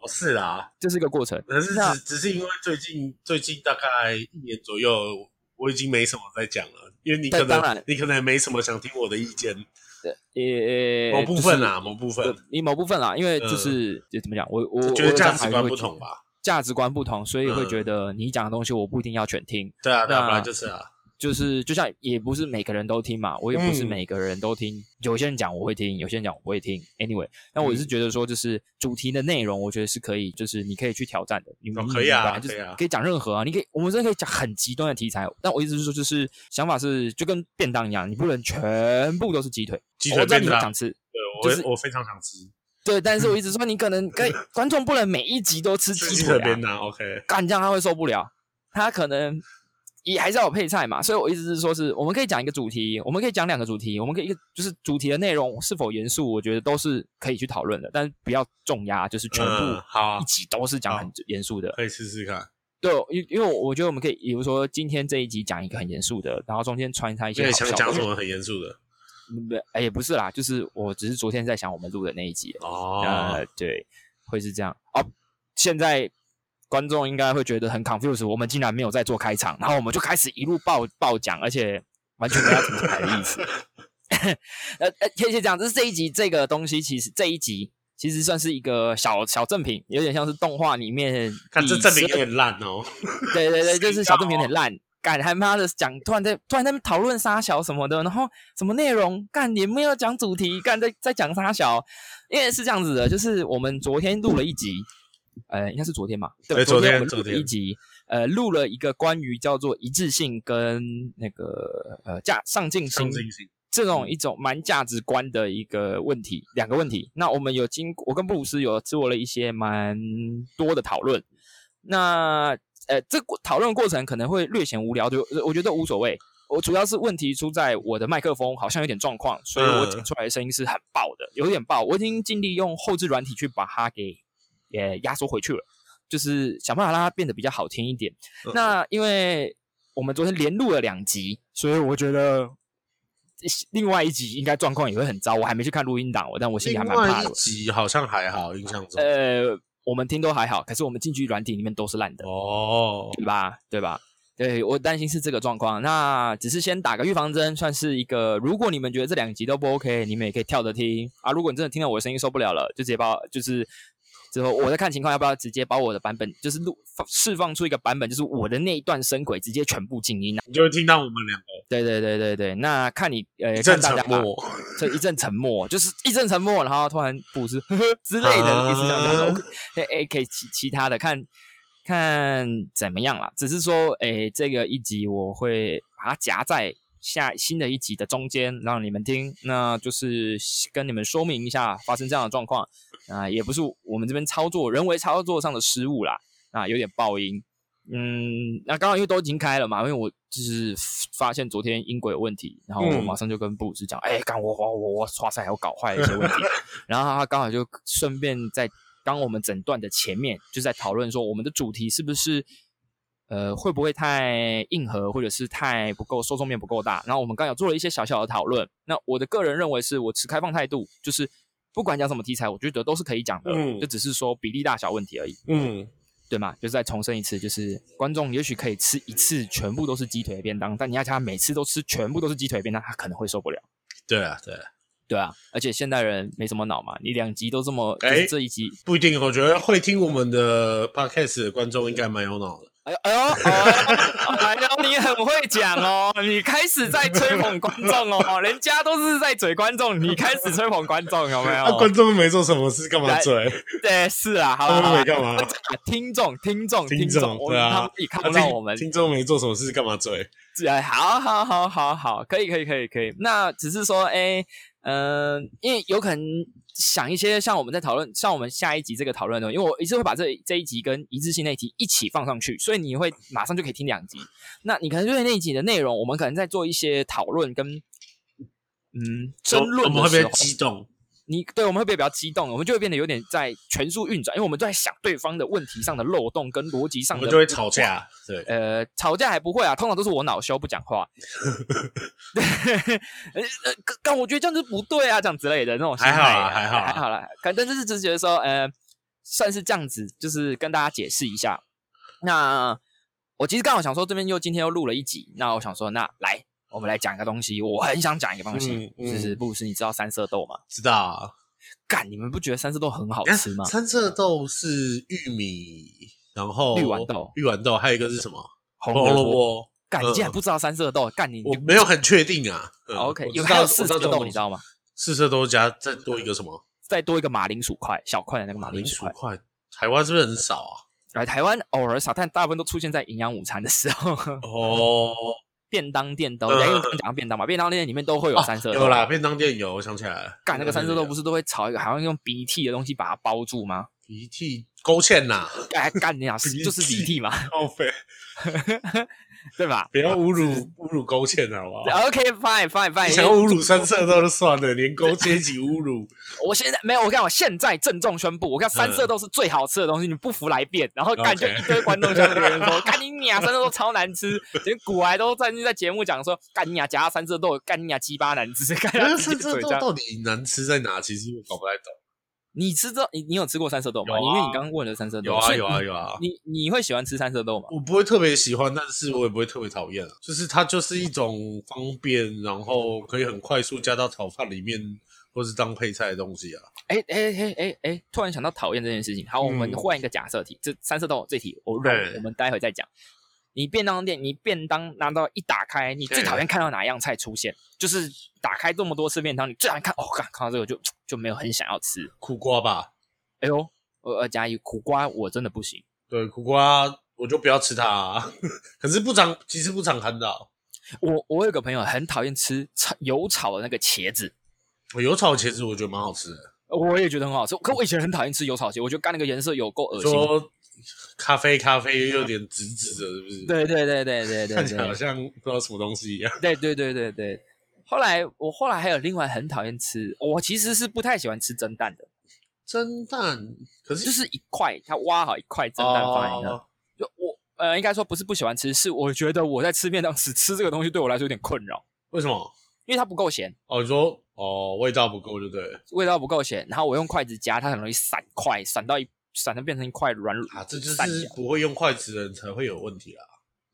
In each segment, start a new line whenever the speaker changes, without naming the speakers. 哦是啦，
这是一个啊过程。
可是
那
只只是因为最近最近大概一年左右，我已经没什么在讲了，因为你
但
可
当然
能你可能没什么想听我的意 见，
也
某部分啊啦，某部分，
你某部分啦，因为就是、就怎么讲，我我
就觉
我
得
有
价
讲
值
法律
观
问
不
题
同，吧。
价值观不同，所以会
嗯
觉得你讲的东西我不一定要全听，
对啊，对啊，
那
本来就是啊，
就是就像也不是每个人都听嘛，我也不是
嗯
每个人都听，有些人讲我会听，有些人讲我不会听。Anyway，那我
嗯
是觉得说，就是主题的内容，我觉得是可以，就是你可以去挑战的。你
哦
你
可以啊
明白就是
可以啊
可以讲任何啊，你可以，我们真的可以讲很极端的题材。但我意思是说，就是想法是就跟便当一样，你不能全部都是鸡腿。
鸡
我
腿
知道
便
你
当
们想吃，
对我
就是
会我非常想吃
对，但是我一直说你可能 可以，观众不能每一集都吃
吃
鸡
鸡
腿
腿
啊
便，当，OK，
干这样他会受不了，他可能也还是要有配菜嘛。所以我意思是说是，我们可以讲一个主题，我们可以讲两个主题，我们可以一个就是主题的内容是否严肃，我觉得都是可以去讨论的，但不要重压，就是全
嗯
部
好啊
一，集都是讲很
好
严肃的。
可以试试看，
对，因因为我觉得我们可以，比如说今天这一集讲一个很严肃的，然后中间穿插一
因
些
为
好
想
笑
讲
的
什。么很严肃的
嗯不，哎也不是啦，就是我只是昨天在想我们录的那一集，
哦
呃，，对，会是这样哦。现在观众应该会觉得很 confused，我们竟然没有在做开场，然后我们就开始一路爆爆讲，而且完全没有要停下来的意思。 呃呃，谢谢讲，这是这一集这个东西，其实这一集其实算是一个小小赠品，有点像是动画里面
看这
第
证明
12
有点烂哦，
对 对对，
谁
就是
要
小正品有点烂。干他妈的讲，突然在突然在那边讨论沙小什么的，然后什么内容干也没有讲主题，干在在讲沙小，因为是这样子的，就是我们昨天录了一集，呃，应该是昨天嘛，对，
对昨
天我
天
们录了
昨
一
天
集，呃，录了一个关于叫做一致性跟那个呃价上进心
上进心，
这种一种蛮价值观的一个问题，两个问题。那我们有经过，我跟布鲁斯有做了一些蛮多的讨论。那呃，这过讨论过程可能会略显无聊，就呃我觉得无所谓。我主要是问题出在我的麦克风好像有点状况，所以我
嗯
讲出来的声音是很爆的，有点爆。我已经尽力用后置软体去把它给也压缩回去了，就是想办法让它变得比较好听一点。
嗯
那因为我们昨天连录了两集，所以我觉得另外一集应该状况也会很糟。我还没去看录音档，我但我心里
另
还蛮
外
怕
一
的。
集好像还好，印象中
呃，我们听都还好，可是我们进去软体里面都是烂的，
哦，
对吧？对吧？对我担心是这个状况，那只是先打个预防针，算是一个。如果你们觉得这两集都不 OK，你们也可以跳着听啊。如果你真的听到我的声音受不了了，就直接把我就是之后我再看情况，要不要直接把我的版本就是录放释放出一个版本，就是我的那一段声轨直接全部静音啊
你就会听到我们两个
对对对对对，那看你呃
一
看
阵
大
沉
家吧，
默，
这一阵沉默，就是一阵沉默，然后突然不是呵呵 之类的，
啊
一直这样讲。OK，哎哎，可以其其他的看看怎么样啦。只是说，哎，这个一集我会把它夹在下新的一集的中间，让你们听。那就是跟你们说明一下发生这样的状况啊、也不是我们这边操作人为操作上的失误啦，啊，有点爆音。嗯，那刚刚因为都已经开了嘛，因为我就是发现昨天音轨有问题，然后我
嗯
马上就跟布鲁斯讲，哎、干我我我我刷塞，我搞坏了一些问题，然后他刚好就顺便在当我们诊断的前面，就在讨论说我们的主题是不是呃会不会太硬核，或者是太不够受众面不够大。然后我们刚有做了一些小小的讨论。那我的个人认为是我持开放态度，就是不管讲什么题材，我觉得都是可以讲的，
嗯
就只是说比例大小问题而已。
嗯，
对吗？就是再重申一次，就是观众也许可以吃一次全部都是鸡腿的便当，但你要叫他每次都吃全部都是鸡腿的便当，他可能会受不了。
对啊，对啊，
对啊，而且现代人没什么脑嘛，你两集都这么，就
哎
是这一集，
不一定，我觉得会听我们的 podcast 的观众应该蛮有脑的，
哎呦哎呦哎呦，哎呦，你很会讲哦，你开始在吹捧观众哦，人家都是在嘴观众，你开始吹捧观众有 没
那
有？
啊观众没做什么事，干嘛
来
追？
对，是啊，好
他
了好
们没
啦
干嘛？
听众听众
听
众，
众
我
对
们
啊
他们也看
啊
不到
听
我们，
听众没做什么事，干嘛追？
哎，好好好好好，可以可以可以可以。那只是说，哎，嗯、因为有可能想一些像我们在讨论，像我们下一集这个讨论的，因为我一次会把这这一集跟一致性那一集一起放上去，所以你会马上就可以听两集。那你可能对那一集的内容，我们可能在做一些讨论跟嗯争
我
论
们会
的时
被
候，
激动，
你对我们会不会比较激动？我们就会变得有点在全速运转，因为我们都在想对方的问题上的漏洞跟逻辑
我
上的
们就会吵架。对，
呃，吵架还不会啊，通常都是我恼羞不讲 话。对，呃，呃但但我觉得这样子不对啊，这样之类的那种心
还好
态
啦还好啦
还好啦。可但是就是觉得说，呃，算是这样子，就是跟大家解释一下。那我其实刚好想说，这边又今天又录了一集，那我想说，那来我们来讲一个东西，我很想讲一个东西，
嗯嗯
就是布鲁斯，你知道三色豆吗？
知道啊。
干，你们不觉得三色豆很好吃 吗？
三色豆是玉米，然后
绿豌豆
绿豌豆，还有一个是什么？
红
红
萝
萝，卜。
干，你竟然不知道三色豆？干，你
呃我没有很确定啊。嗯
哦 OK，
我知
有
道
还有
我
四
知道
色
这种
豆，
东
你知
西
道吗？
四色豆加再多一个什么
再多一个马铃薯块，小块的那个马
马
铃
铃
薯
薯
块。
块？台湾是不是很少啊？
来台湾偶尔少，但大部分都出现在营养午餐的时候，
哦，
便当店都，
嗯
因为我刚刚讲到便当嘛，便当店里面都会有
啊
三色豆。
有啦，便当店有，我想起来了。
干那个三色豆不
是
是都会炒一个，好像用鼻涕的东西把它包住吗？
鼻涕勾芡呐，
干干你啊，是
鼻涕
就是鼻涕嘛，
浪费，
对吧
不要侮 辱侮辱勾芡好不好？
？OK fine fine
你
fine，
想要
因为
侮辱三色豆就算了，连勾芡一起侮 辱，
我现在没有，我看我现在郑重宣布，我看三色豆是最好吃的东西，你不服来辩。然后干
嗯 OK
就一堆观众下面留言说，干你娘，三色豆超难吃。连古来都在在节目讲说，干你娘夹三色豆，干你娘鸡巴难吃，干 你娘
那
自己
哎三色
嘴
豆
这样。
到底难吃在哪？其实我搞不太懂。
你吃这你你有吃过三色豆
有
吗？
啊
因为你刚刚问了三色豆，
有啊
所以
有啊
你
有啊，
你你会喜欢吃三色豆吗？
我不会特别喜欢，但是我也不会特别讨厌啊。就是它就是一种方便，然后可以很快速加到炒饭里面，或是当配菜的东西啊。
哎哎哎哎哎！突然想到讨厌这件事情。好，我们
嗯
换一个假设题，这三色豆这题我容
对
我们待会再讲。你便当店，你便当拿到一打开，你最
对
讨厌看到哪样菜出现？就是打开这么多次便当，你最讨厌看哦，看看到这个就就没有很想要吃。
苦瓜吧，
哎呦，呃呃，加一苦瓜我真的不行。
对，苦瓜我就不要吃它、啊。 可是不常，其实不常看到。
我我有个朋友很讨厌吃炒油炒的那个茄子，
我油炒茄子我觉得蛮好吃的，
我也觉得很好吃。可我以前很讨厌吃油炒茄，我觉得干那个颜色有够恶心。
说咖啡咖啡又有点紫紫的，是 不是？，
对对对对对对对，
看起来好像不知道什么东西一样。
对对对对对。后来我后来还有另外很讨厌吃，我其实是不太喜欢吃蒸蛋的，
蒸蛋，可是
就是一块它挖好一块蒸蛋啊放在那，
哦
就我呃应该说不是不喜欢吃，是我觉得我在吃面当时 吃这个东西对我来说有点困扰，
为什么？
因为它不够咸，
哦，你说哦，味道不够就对了
味道不够咸，然后我用筷子夹它很容易散块，散到一散成变成一块软软
啊，这就
散掉
是不会用筷子的人才会有问题啊啦。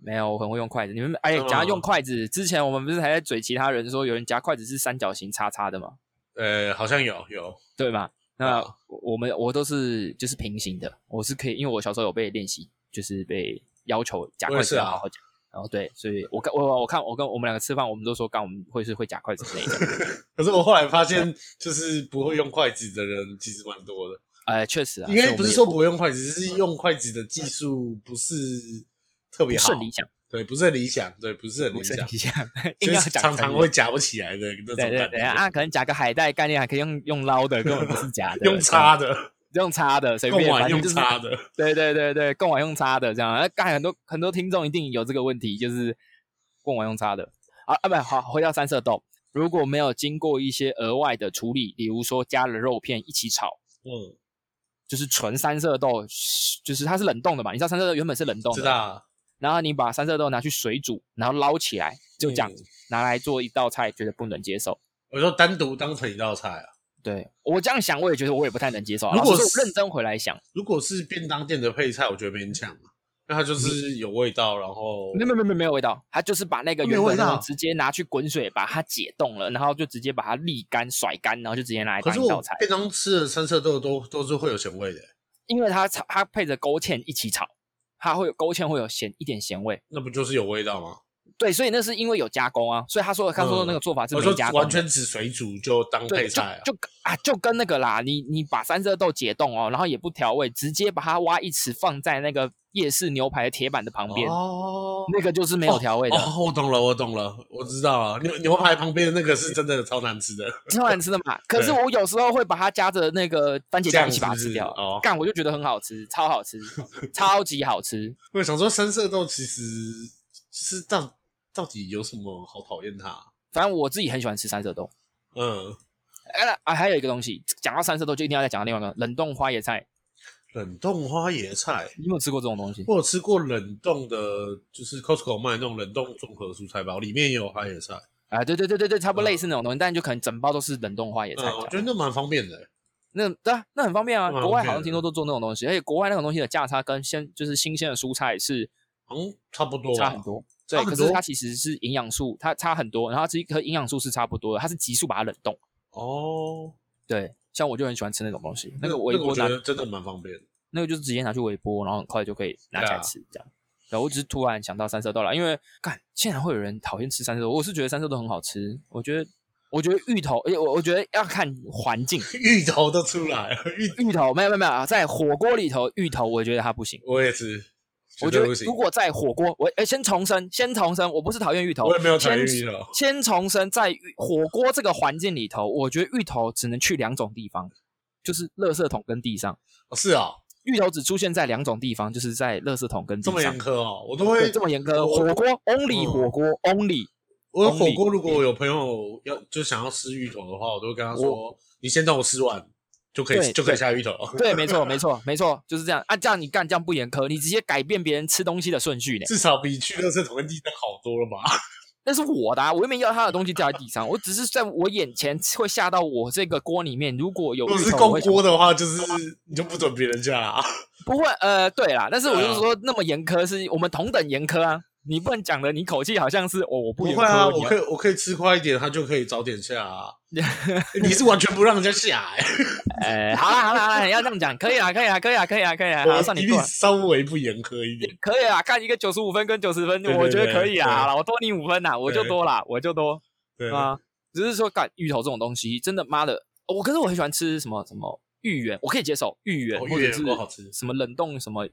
没有，我很会用筷子。你们哎，
真的
讲到用
吗
筷子，之前我们不是还在嘴其他人说有人夹筷子是三角形叉叉的吗？
呃，好像有有，
对嘛？那
啊
我我们我都是就是平行的，我是可以，因为我小时候有被练习，就是被要求夹
我也
筷子
是
要
啊
好好夹。然后对，所以我跟我我我看我跟我们两个吃饭，我们都说刚我们会是会夹筷子之类的。
可是我后来发现，就是不会用筷子的人其实蛮多的。
呃，确实啊，
应
所以
该
我
不
们
是
也
说不会用筷子，只是用筷子的技术不是特别
不
好，
是理想，
对，不是很理想，对，不是很理
不是
想
理，想，硬
就
要
是
讲
常
成
常
语
会夹不起来的那种
对对
感
对
觉。
啊，可能夹个海带概念还可以用用捞的，根本不是夹的，
用叉的，
用叉的，随
用
便
碗
反正
用
就是
叉的，
对对对对，贡丸用叉的这样，那干很多很多听众一定有这个问题，就是贡丸用叉的啊啊不好，回到三色豆，如果没有经过一些额外的处理，比如说加了肉片一起炒，
嗯，
就是纯三色豆，就是它是冷冻的嘛，你知道三色豆原本是冷冻
知
的，
道，啊
然后你把三色豆拿去水煮，然后捞起来，就这样、
嗯
拿来做一道菜，觉得不能接受。
我说单独当成一道菜啊。
对我这样想，我也觉得我也不太能接受啊。
如
老实
果
说
是
我认真回来想，
如果是便当店的配菜，我觉得勉强啊，那
嗯
它就是有味道，然后
没有没有没有没有味道，它就是把那个
没
原
有
本
味道
那种直接拿去滚水把它解冻了，然后就直接把它沥干、甩干，然后就直接拿来
可
当
是
一道
我
菜，
便当吃的三色豆都都是会有咸味的，
因为它炒它配着勾芡一起炒，它会有勾芡会有咸一点咸味，
那不就是有味道吗？
对，所以那是因为有加工啊，所以他说他说的那个做法是
嗯我
没
说
加工的，
完全只水煮就当
对，
配
就
菜啊，
就啊就跟那个啦，你你把三色豆解冻哦，然后也不调味，直接把它挖一尺放在那个夜市牛排的铁板的旁边，
哦
那个就是没有调味的，
哦，我懂了，我懂了，我知道了。牛牛排旁边的那个是真的超难吃 的，
超难吃的 嘛。可是我有时候会把它夹着那个番茄酱一起把它吃掉
酱是不是哦，
干、我就觉得很好吃，超好吃，超级好吃。
我想说三色豆其实是到到底有什么好讨厌它？
反正我自己很喜欢吃三色豆。
嗯，
哎、啊，还有一个东西，讲到三色豆就一定要再讲到另外一个冷冻花椰菜。
冷冻花椰菜，
你有没有吃过这种东西？
我有吃过冷冻的，就是 Costco 卖的那种冷冻综合蔬菜包，里面也有花椰菜。
啊，对对对对对，差不多类似那种东西，但就可能整包都是冷冻花椰
嗯，
菜这
我
样。
觉得那蛮方便的、
那对啊，那很方便啊。
蛮
国外
方便
好像听说都做那种东西，而且国外那种东西的价差跟鲜就是新鲜的蔬菜是
好像差不多吧
差很多。对，
差很
可
多
是它其实是营养素，它差很多，然后它其实和营养素是差不多的，它是急速把它冷冻。
哦。
对，像我就很喜欢吃那种东西，那个微
那个
波
我
拿
觉得真的蛮方便的。
那个就是直接拿去微波，然后很快就可以拿起来
对啊
吃这样。然后我只是突然想到三色豆了，因为干竟然会有人讨厌吃三色豆，我是觉得三色豆很好吃，我觉得我觉得芋头，诶我我觉得要看环境，
芋头都出来了，芋
芋头没有没有没有啊，在火锅里头芋头我觉得它不行，
我也是，
我
绝
觉得
对不行
如。果在火锅，我诶先重申先重申，我不是讨厌芋头
我，也没有讨厌
先
芋头，
先重申，在芋火锅这个环境里头，我觉得芋头只能去两种地方，就是垃圾桶跟地上。
哦是啊，
芋头只出现在两种地方，就是在垃圾桶跟地
这
上。
么严苛哦，我都
对
会
这么严
我
苛，火锅
嗯
only 火锅 only，
我有
only
火锅，如果有朋友要就想要吃芋头的话，我都会跟他说：“你先让我吃完，就可
对
以就可以下芋头。
对，没错，没错，没错，就是这样啊。这样你干，这样不严苛，你直接改变别人吃东西的顺序呢”。
至少比去垃圾桶跟地上好多了吧？
那是我的、啊，我又没要他的东西掉在地上，我只是在我眼前会吓到我这个锅里面，如果有
如果哦
芋
是
头，我
公
会想
锅的话，就是你就不准别人下啊。
不会，呃，对啦，但是我
对
就
啊
是说那么严苛是我们同等严苛啊，你不能讲的，你口气好像是哦，我不
不
严
会
苛，
啊，
你
我
要
可以我可以吃快一点，他就可以早点下 啊。你是完全不让人家下欸，
哎，好啦好啦好啦，你要这样讲，可以啦可以啦可以啦可以啦可以啦，好
我
啊算
一
你
定
过了。
稍微不严苛一点。
可以啦，看一个九十五分跟九十分，
对对
我觉得可以啊
对
啦。好啦，我多你五分啦，我就
对
多啦，我就多
对
啊。只是说，干芋头这种东西，真的妈的，我可是我很喜欢吃什么什么芋圆，我可以接受芋圆，
哦
或
芋
者
圆
是
锅好吃
什么冷冻什么，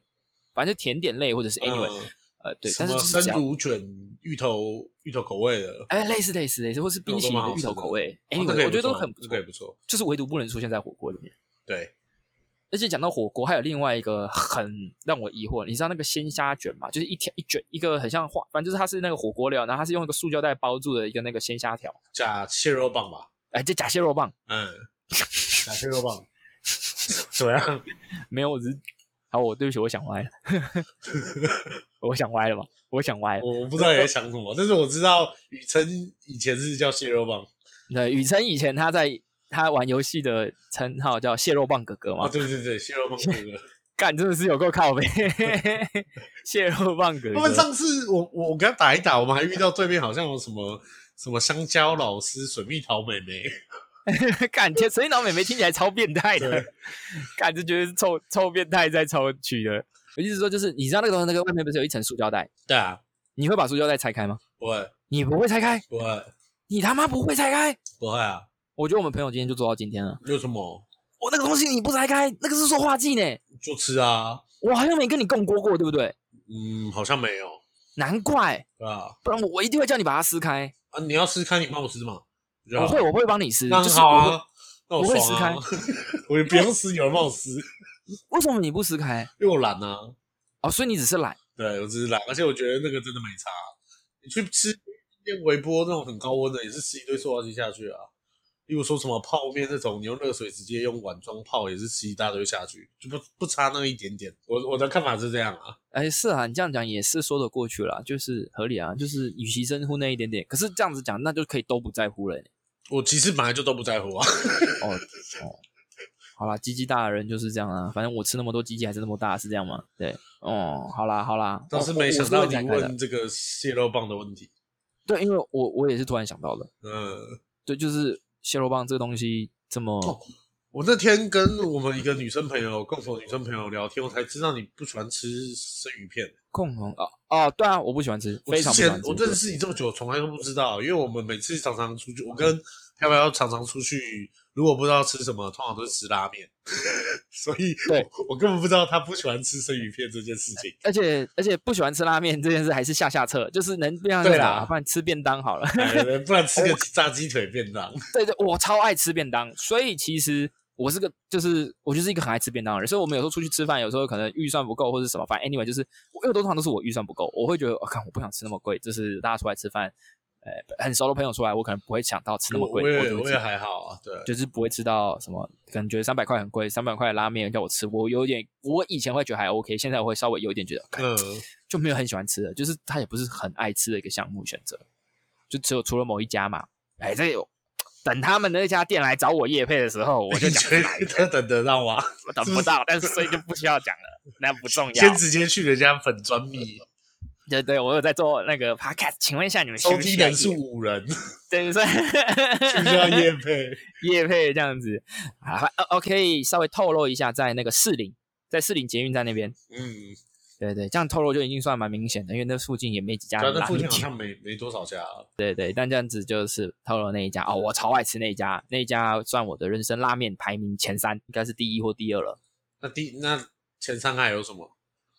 反正甜点类或者是 anyway，、
嗯
呃，对，
什
但是
么
就是
生
只要
乳卷芋头芋头口味的，
哎，类似类似类似，或是冰
那种都
淇淋
蛮
的
好
芋头
吃的
口味
哦这个
，anyway，
也
我觉
不
得都
错
很不
这
错
个也，不错。
就是唯独不能出现在火锅里面。
对，
而且讲到火锅，还有另外一个很让我疑惑，你知道那个鲜虾卷嘛？就是一条一卷，一个很像画，反正就是它是那个火锅料，然后它是用一个塑胶袋包住的一个那个鲜虾条，
加蟹肉棒吧。
哎，这假蟹肉棒
嗯，打蟹肉 棒，怎么样？
没有，我只是好，我对不起，我想歪了， 我想歪了嘛，我想歪了。
我不知道你在想什么，但是我知道雨辰以前是叫蟹肉棒
那雨辰以前他在他玩游戏的称号叫蟹肉棒哥哥嘛，
啊，对对对，蟹 肉棒哥哥。
干真的是有够靠背， 蟹肉棒哥哥。
他们上次我我我跟他打一打，我们还遇到对面好像有什么什么香蕉老师、水蜜桃妹妹，
感觉水脑美眉听起来超变态的
对，
感就觉得是臭臭变态在抽取的。我意思说，就是你知道那个东西，那个外面不是有一层塑胶袋？
对啊，
你会把塑胶袋拆开吗？
不会
你不会拆开，
不会
你他妈不会拆开！
不会啊，
我觉得我们朋友今天就做到今天了。
有什么
我、那个东西你不拆开，那个是塑化剂呢。
就吃啊？
我好像没跟你共锅过，对不对？
嗯，好像没有，
难怪，
对啊，
不然我我一定会叫你把它撕开。
啊，你要吃开，你帮我吃嘛，比较
我
好
会，我会帮你撕。
啊那
就
很
是
好
我会
啊，那我
我会
爽啊，我也不用吃，有人帮我吃，
为什么你不撕开？
因为我懒啊。
哦，所以你只是懒。
对，我只是懒，而且我觉得那个真的没差。你去吃面微波那种很高温的，也是吃一堆塑料剂下去啊。例如说什么泡面那种，你用热水直接用碗装泡，也是吃一大堆下去，就不不差那一点点。我我的看法是这样啊，
哎，是啊，你这样讲也是说得过去啦，就是合理啊，就是与其深乎那一点点，可是这样子讲，那就可以都不在乎了耶。
我其实本来就都不在乎啊。
哦哦，好啦，鸡鸡大的人就是这样啊，反正我吃那么多鸡鸡还是那么大，是这样吗？对，哦，好啦好啦，
倒是
哦
没
我
想
是
到
会
你
展开的，
问这个蟹肉棒的问题。
对，因为我我也是突然想到的，
嗯，
对，就是蟹肉棒这个东西这么，
哦我那天跟我们一个女生朋友，共同女生朋友聊天，我才知道你不喜欢吃生鱼片。
共同哦哦，对啊，我不喜欢吃，
我
非
之
常不喜欢
前
吃，
我认识你这么久，从来都不知道，因为我们每次常常出去，我跟飘飘常常出去，如果不知道吃什么，通常都是吃拉面， 所以
对
我我根本不知道他不喜欢吃生鱼片这件事情。
而且而且不喜欢吃拉面这件事还是下下策，就是能变成
对
什么
啦
不然吃便当好了。
哎不然吃个炸鸡腿便 当，
对对，我超爱吃便当，所以其实我是个就是我就是一个很爱吃便当的人，所以我们有时候出去吃饭，有时候可能预算不够或者什么，反正 anyway 就是我因为通常都是我预算不够，我会觉得，我、哦看我不想吃那么贵，就是大家出来吃饭，呃，很熟的朋友出来，我可能不会想到吃那么
我
贵，
我
我
也
只会
我
吃
也还好啊，对，
就是不会吃到什么，可能觉得三百块很贵，三百块的拉面叫我吃，我有点，我以前会觉得还 OK，现在我会稍微有一点觉得，哦干
嗯，
就没有很喜欢吃的，就是它也不是很爱吃的一个项目选择，就只有除了某一家嘛。哎，这有等他们那家店来找我叶配的时候，我就
你
讲
觉得他等得到吗？
我等 不到，但是所以就不需要讲了，那不重要
先。直接去人家粉专 密，
对对，我有在做那个 podcast，请问一下你们需
收
不
听
需要
人数
业？
五人，
对，所以
就叫叶配。
叶配这样子啊呃，OK，稍微透露一下，在那个士林，在士林捷运站那边，
嗯，
对对，这样透露就已经算蛮明显的，因为那附近也没几家
但啊
拉
那附
面
近好
店，
像没没多少家啊。
对对，但这样子就是透露那一家
嗯
哦，我超爱吃那一家，那一家算我的人生拉面排名前三，应该是第一或第二了。
那第那前三还有什么？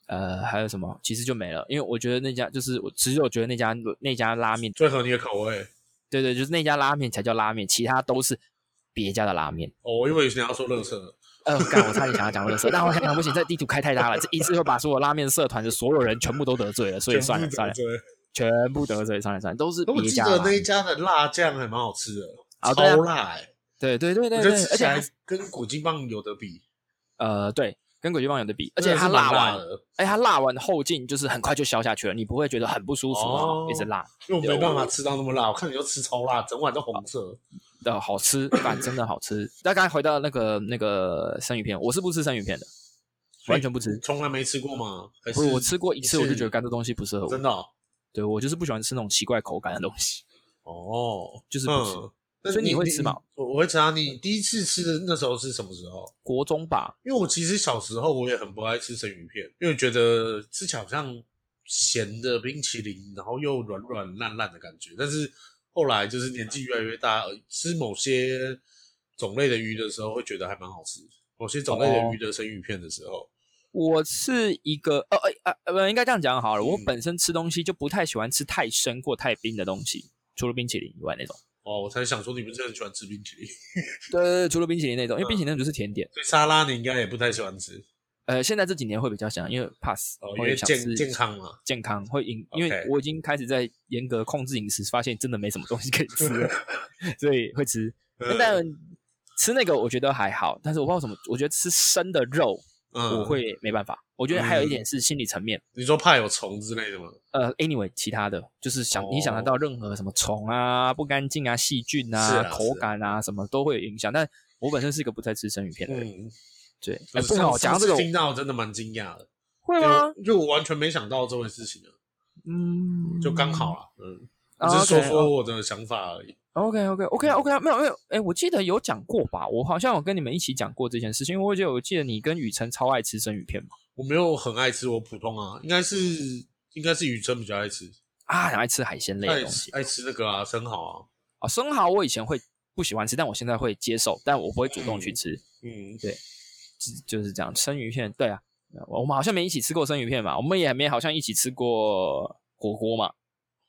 呃，还有什么？其实就没了，因为我觉得那家就是我，只有觉得那家那家拉面，
最合你的口味
对对，就是那家拉面才叫拉面，其他都是别家的拉面。
哦，我以为你要说乐色，
呃，干，我差点想要讲这个事，但我想想不行，这地图开太大了，这一次会把所有拉面社团的所有人全部都得罪了，所以算了
全部
算了
得，罪
全部得罪，算了算了，都是
可我
别
记
家
得
的拉
那
面。
一家的辣酱还蛮好吃的，
啊对啊
超辣哎、
对对对
我
对
觉
对
得，吃
而
起
且
来
它
跟骨精棒有得比，
呃对，跟鬼剧棒有的比，而且
真的
它
是蛮
辣
辣
完，
的，
哎，它辣完后劲就是很快就消下去了，你不会觉得很不舒服，然后一直
哦
辣，
因为我没办法吃到那么辣，我看你就吃超辣，整碗都红色。
呃，好吃，饭真的好吃。但刚才回到那个那个生鱼片，我是不吃生鱼片的，
所以
完全不吃。
从来没吃过吗？还
不
哎是
是我吃过一次，我就觉得
干
干这东西不适合
真
我。
的哦，
对我就是不喜欢吃那种奇怪口感的东西。
哦
就是不吃
嗯那
所以你会吃吗？
我我会吃啊。你第一次吃的那时候是什么时候？
国中吧，
因为我其实小时候我也很不爱吃生鱼片，因为觉得吃起来好像咸的冰淇淋，然后又软软烂烂的感觉。但是后来就是年纪越来越大，呃吃某些种类的鱼的时候，会觉得还蛮好吃。某些种类的鱼的生鱼片的时候，
我是一个呃呃呃呃，应该这样讲好了。我
嗯
本身吃东西就不太喜欢吃太生或太冰的东西，除了冰淇淋以外那种。
哦，我才想说你们真的很喜欢吃冰淇淋，
对对对，除了冰淇淋那种，因
嗯
为冰淇淋那种就是甜点。
所以沙拉你应该也不太喜欢吃
呃，现在这几年会比较想，因为怕死，
哦，因
会
为
想
健
吃
健康嘛。
健康会饮，因为
OK
我已经开始在严格控制饮食，发现真的没什么东西可以吃 了，所以会吃。
嗯
但吃那个我觉得还好，但是我不知道为什么，我觉得吃生的肉
嗯
我会没办法。我觉得还有一点是心理层面。
你说怕有虫之类的吗？
呃，anyway，其他的就是想、你想得到任何什么虫啊、不干净啊、细菌
哦是
啊、
啊
口
是啊
感啊什么都会有影响。但我本身是一个不太吃生鱼片的人，
嗯，
对。哎、
我
不好，讲到这个我啊
听到真的蛮惊讶的，
会吗？
就就我完全没想到这回事情啊，
嗯，
就刚好啦，嗯，我只
啊
是说
OK，
说我的想法而已。
OK OK OK 啊 OK 啊，没有没有，哎，我记得有讲过吧？我好像有跟你们一起讲过这件事情，因为我记得我记得你跟雨辰超爱吃生鱼片嘛，
我没有很爱吃，我普通啊，应该是应该是雨辰比较爱吃，
啊，很爱吃海鲜类的
爱
东西
吃爱吃那个啊生蚝啊，
啊。生蚝我以前会不喜欢吃，但我现在会接受，但我不会主动去吃，
嗯，
就就是这样。生鱼片，对啊，我们好像没一起吃过生鱼片嘛，我们也没好像一起吃过火锅嘛，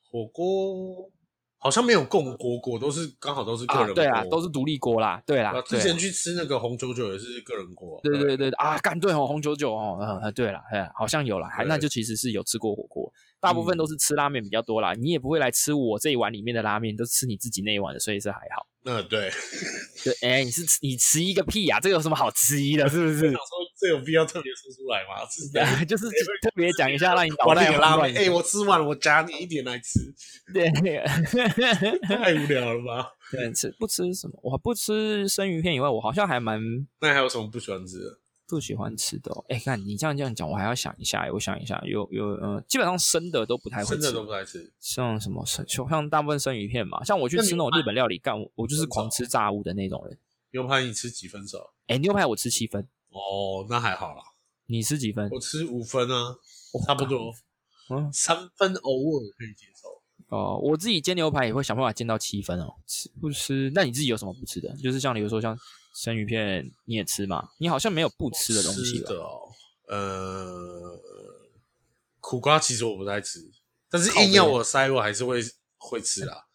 火锅好像没有共锅锅，都是刚好都是个
啊
人，
对啊，
锅
都是独立锅啦，对啦
啊，之
对啊
前去吃那个红九九也是个人锅，
对对对啊，干对哦，红九九哦，嗯嗯，对了，哎，好像有了，还那
对嗯
就其实是有吃过火锅，大部分都是吃拉面比较多啦，你也不会来吃我这一碗里面的拉面，都吃你自己那一碗的，所以是还好。
嗯对，
对，哎，你是吃你迟疑个屁呀、这个有什么好迟疑的，是不
我
是
想？说这有必要特别说出来吗？是的。
啊 就是特别讲一下，让你脑
碗
袋
里的拉
混
面，
乱
哎、我吃完了，我夹你一点来吃，
对，
太无聊了吧？
对，吃不吃什么？我不吃生鱼片以外，我好像还蛮
那还有什么不喜欢吃的？
不喜欢吃的、哦。哎，看你这样这样讲，我还要想一下，我想一下，有有呃，基本上生的都不太会
真
吃，
的都不爱吃。
像什么生，像大部分生鱼片嘛，像我去
那你
吃那种日本料理，干我我就是狂吃炸物的那种人。
牛排你吃几分熟？
哎，牛排我吃七分，
哦，那还好啦，
你吃几分？
我吃五分啊，差不多，
嗯，
三分偶尔可以接受。
哦，我自己煎牛排也会想办法煎到七分哦。吃不吃？那你自己有什么不吃的？就是像比如说像生鱼片你也吃嘛，你好像没有不吃的东西
吃
吧？
的哦，呃，苦瓜其实我不太吃，但是
靠
硬要
北
我塞，我还是会会吃啦。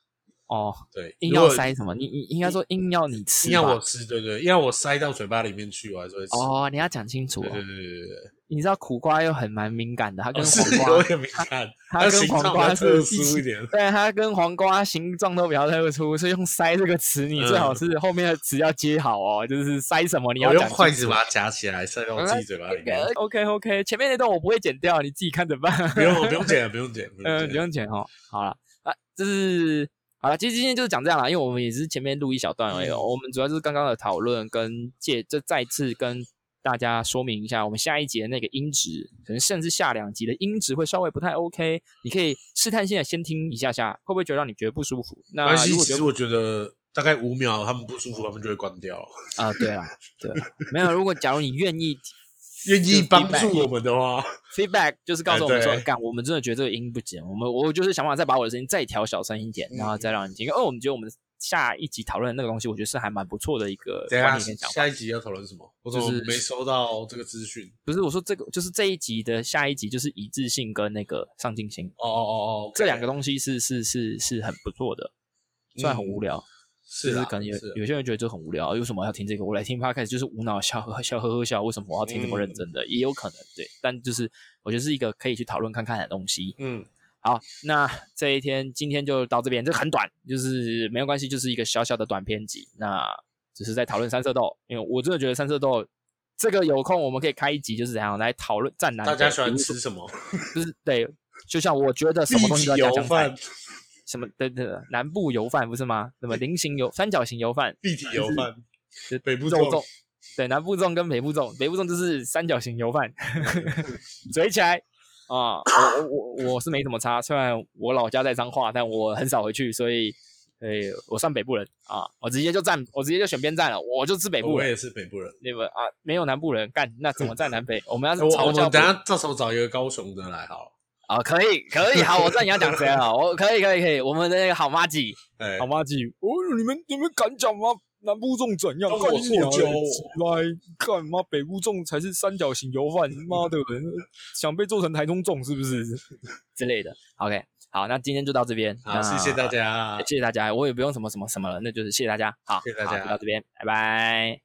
哦，
对，
硬
如
要
果
塞什么？你你应该说硬要你吃
硬
吧。
要我吃，对对，硬要我塞到嘴巴里面去，我还是会吃。
哦，你要讲清楚
对
哦。
对对对对，
你知道苦瓜又很蛮敏感的，它
哦
跟
是
黄
我
瓜，
也没看，
它跟
形
黄
状比
瓜
较特
是
殊一点。
对，它跟黄瓜形状都比较特殊，所以用“塞”这个词，你最好是后面的词要接好哦，就是塞什么你要
嗯我
讲
用筷子
清楚
把它夹起来，塞到自己嘴巴里 面。
OK OK，前面那段我不会剪掉，你自己看着办。
不用不用剪，不用剪，不
嗯，
用
不
剪。
用剪哦。好了啊，这是好了，其实今天就是讲这样啦，因为我们也是前面录一小段而已哦、
嗯
我们主要就是刚刚的讨论跟借这再次跟大家说明一下，我们下一集的那个音质，可能甚至下两集的音质会稍微不太 OK，你可以试探性的先听一下下，会不会觉得让你觉得不舒服？那
没关系，
啊如果
其
觉得
实我觉得大概五秒他们不舒服，他们就会关 掉。
啊、对啦，对啦，没有，如果假如你愿意
愿
就是
意
feedback
帮助我们的话，
feedback 就是告诉我们
哎
说
对，
干、我们真的觉得这个音不行，我们我就是想办法再把我的声音再调小声一点，
嗯
然后再让你听。哦，我们觉得我们下一集讨论的那个东西，我觉得是还蛮不错的一个
等一下
观点跟想法。
下一集要讨论什么？我怎么
就是
没收到这个资讯？
不是我说这个，就是这一集的下一集就是一致性跟那个上进心
哦哦哦哦，
这两个东西是是是是很不错的，虽然很无聊，
是
就是
啦
可能有
是啊
有些人觉得这很无聊，为什么要听这个？我来听 podcast 就是无脑笑呵笑呵呵笑，为什么我要听这
嗯
么认真的？也有可能对，但就是我觉得是一个可以去讨论看看的东西。
嗯，
好，那这一天今天就到这边，这很短，就是没有关系，就是一个小小的短篇集。那只是在讨论三色豆，因为我真的觉得三色豆这个有空我们可以开一集，就是怎样来讨论战南。
大家喜欢吃，什么？
就是对，就像我觉得什么东
地
西
级
都
油
要加酱菜
饭，，
什么对对对，南部油饭不是吗？什么菱形油、三角形油饭、
地体油饭
是，
北部
肉
粽
粽，对，南部粽跟北部粽，北部粽就是三角形油饭，
嗯
嘴起来啊、我我我我是没怎么差，虽然我老家在彰化，但我很少回去，所以呃，我算北部人啊，我直接就站，我直接就选边站了，我就是北部
哦我
人，
也是北部人。
你们啊没有南部人干，那怎么站南北？我们要是
我我
朝
们
向
等一下到时候找一个高雄的来好了。
啊，可以可以，好，我知道你要讲谁了，我可以可以可以，我们的那个好妈鸡。
哎
好，妈鸡，哦，你们你们敢讲吗？南部粽怎样？
当
干
我
你娘
塑胶
嘞起来干妈北部粽才是三角形油饭，妈的，想被做成台中粽是不是 之类的？OK，好，那今天就到这边，
好，谢谢大，家。
谢谢大家，我也不用什么什么什么了，那就是谢谢大家，好，
谢谢大
好
家
就到这边，拜拜。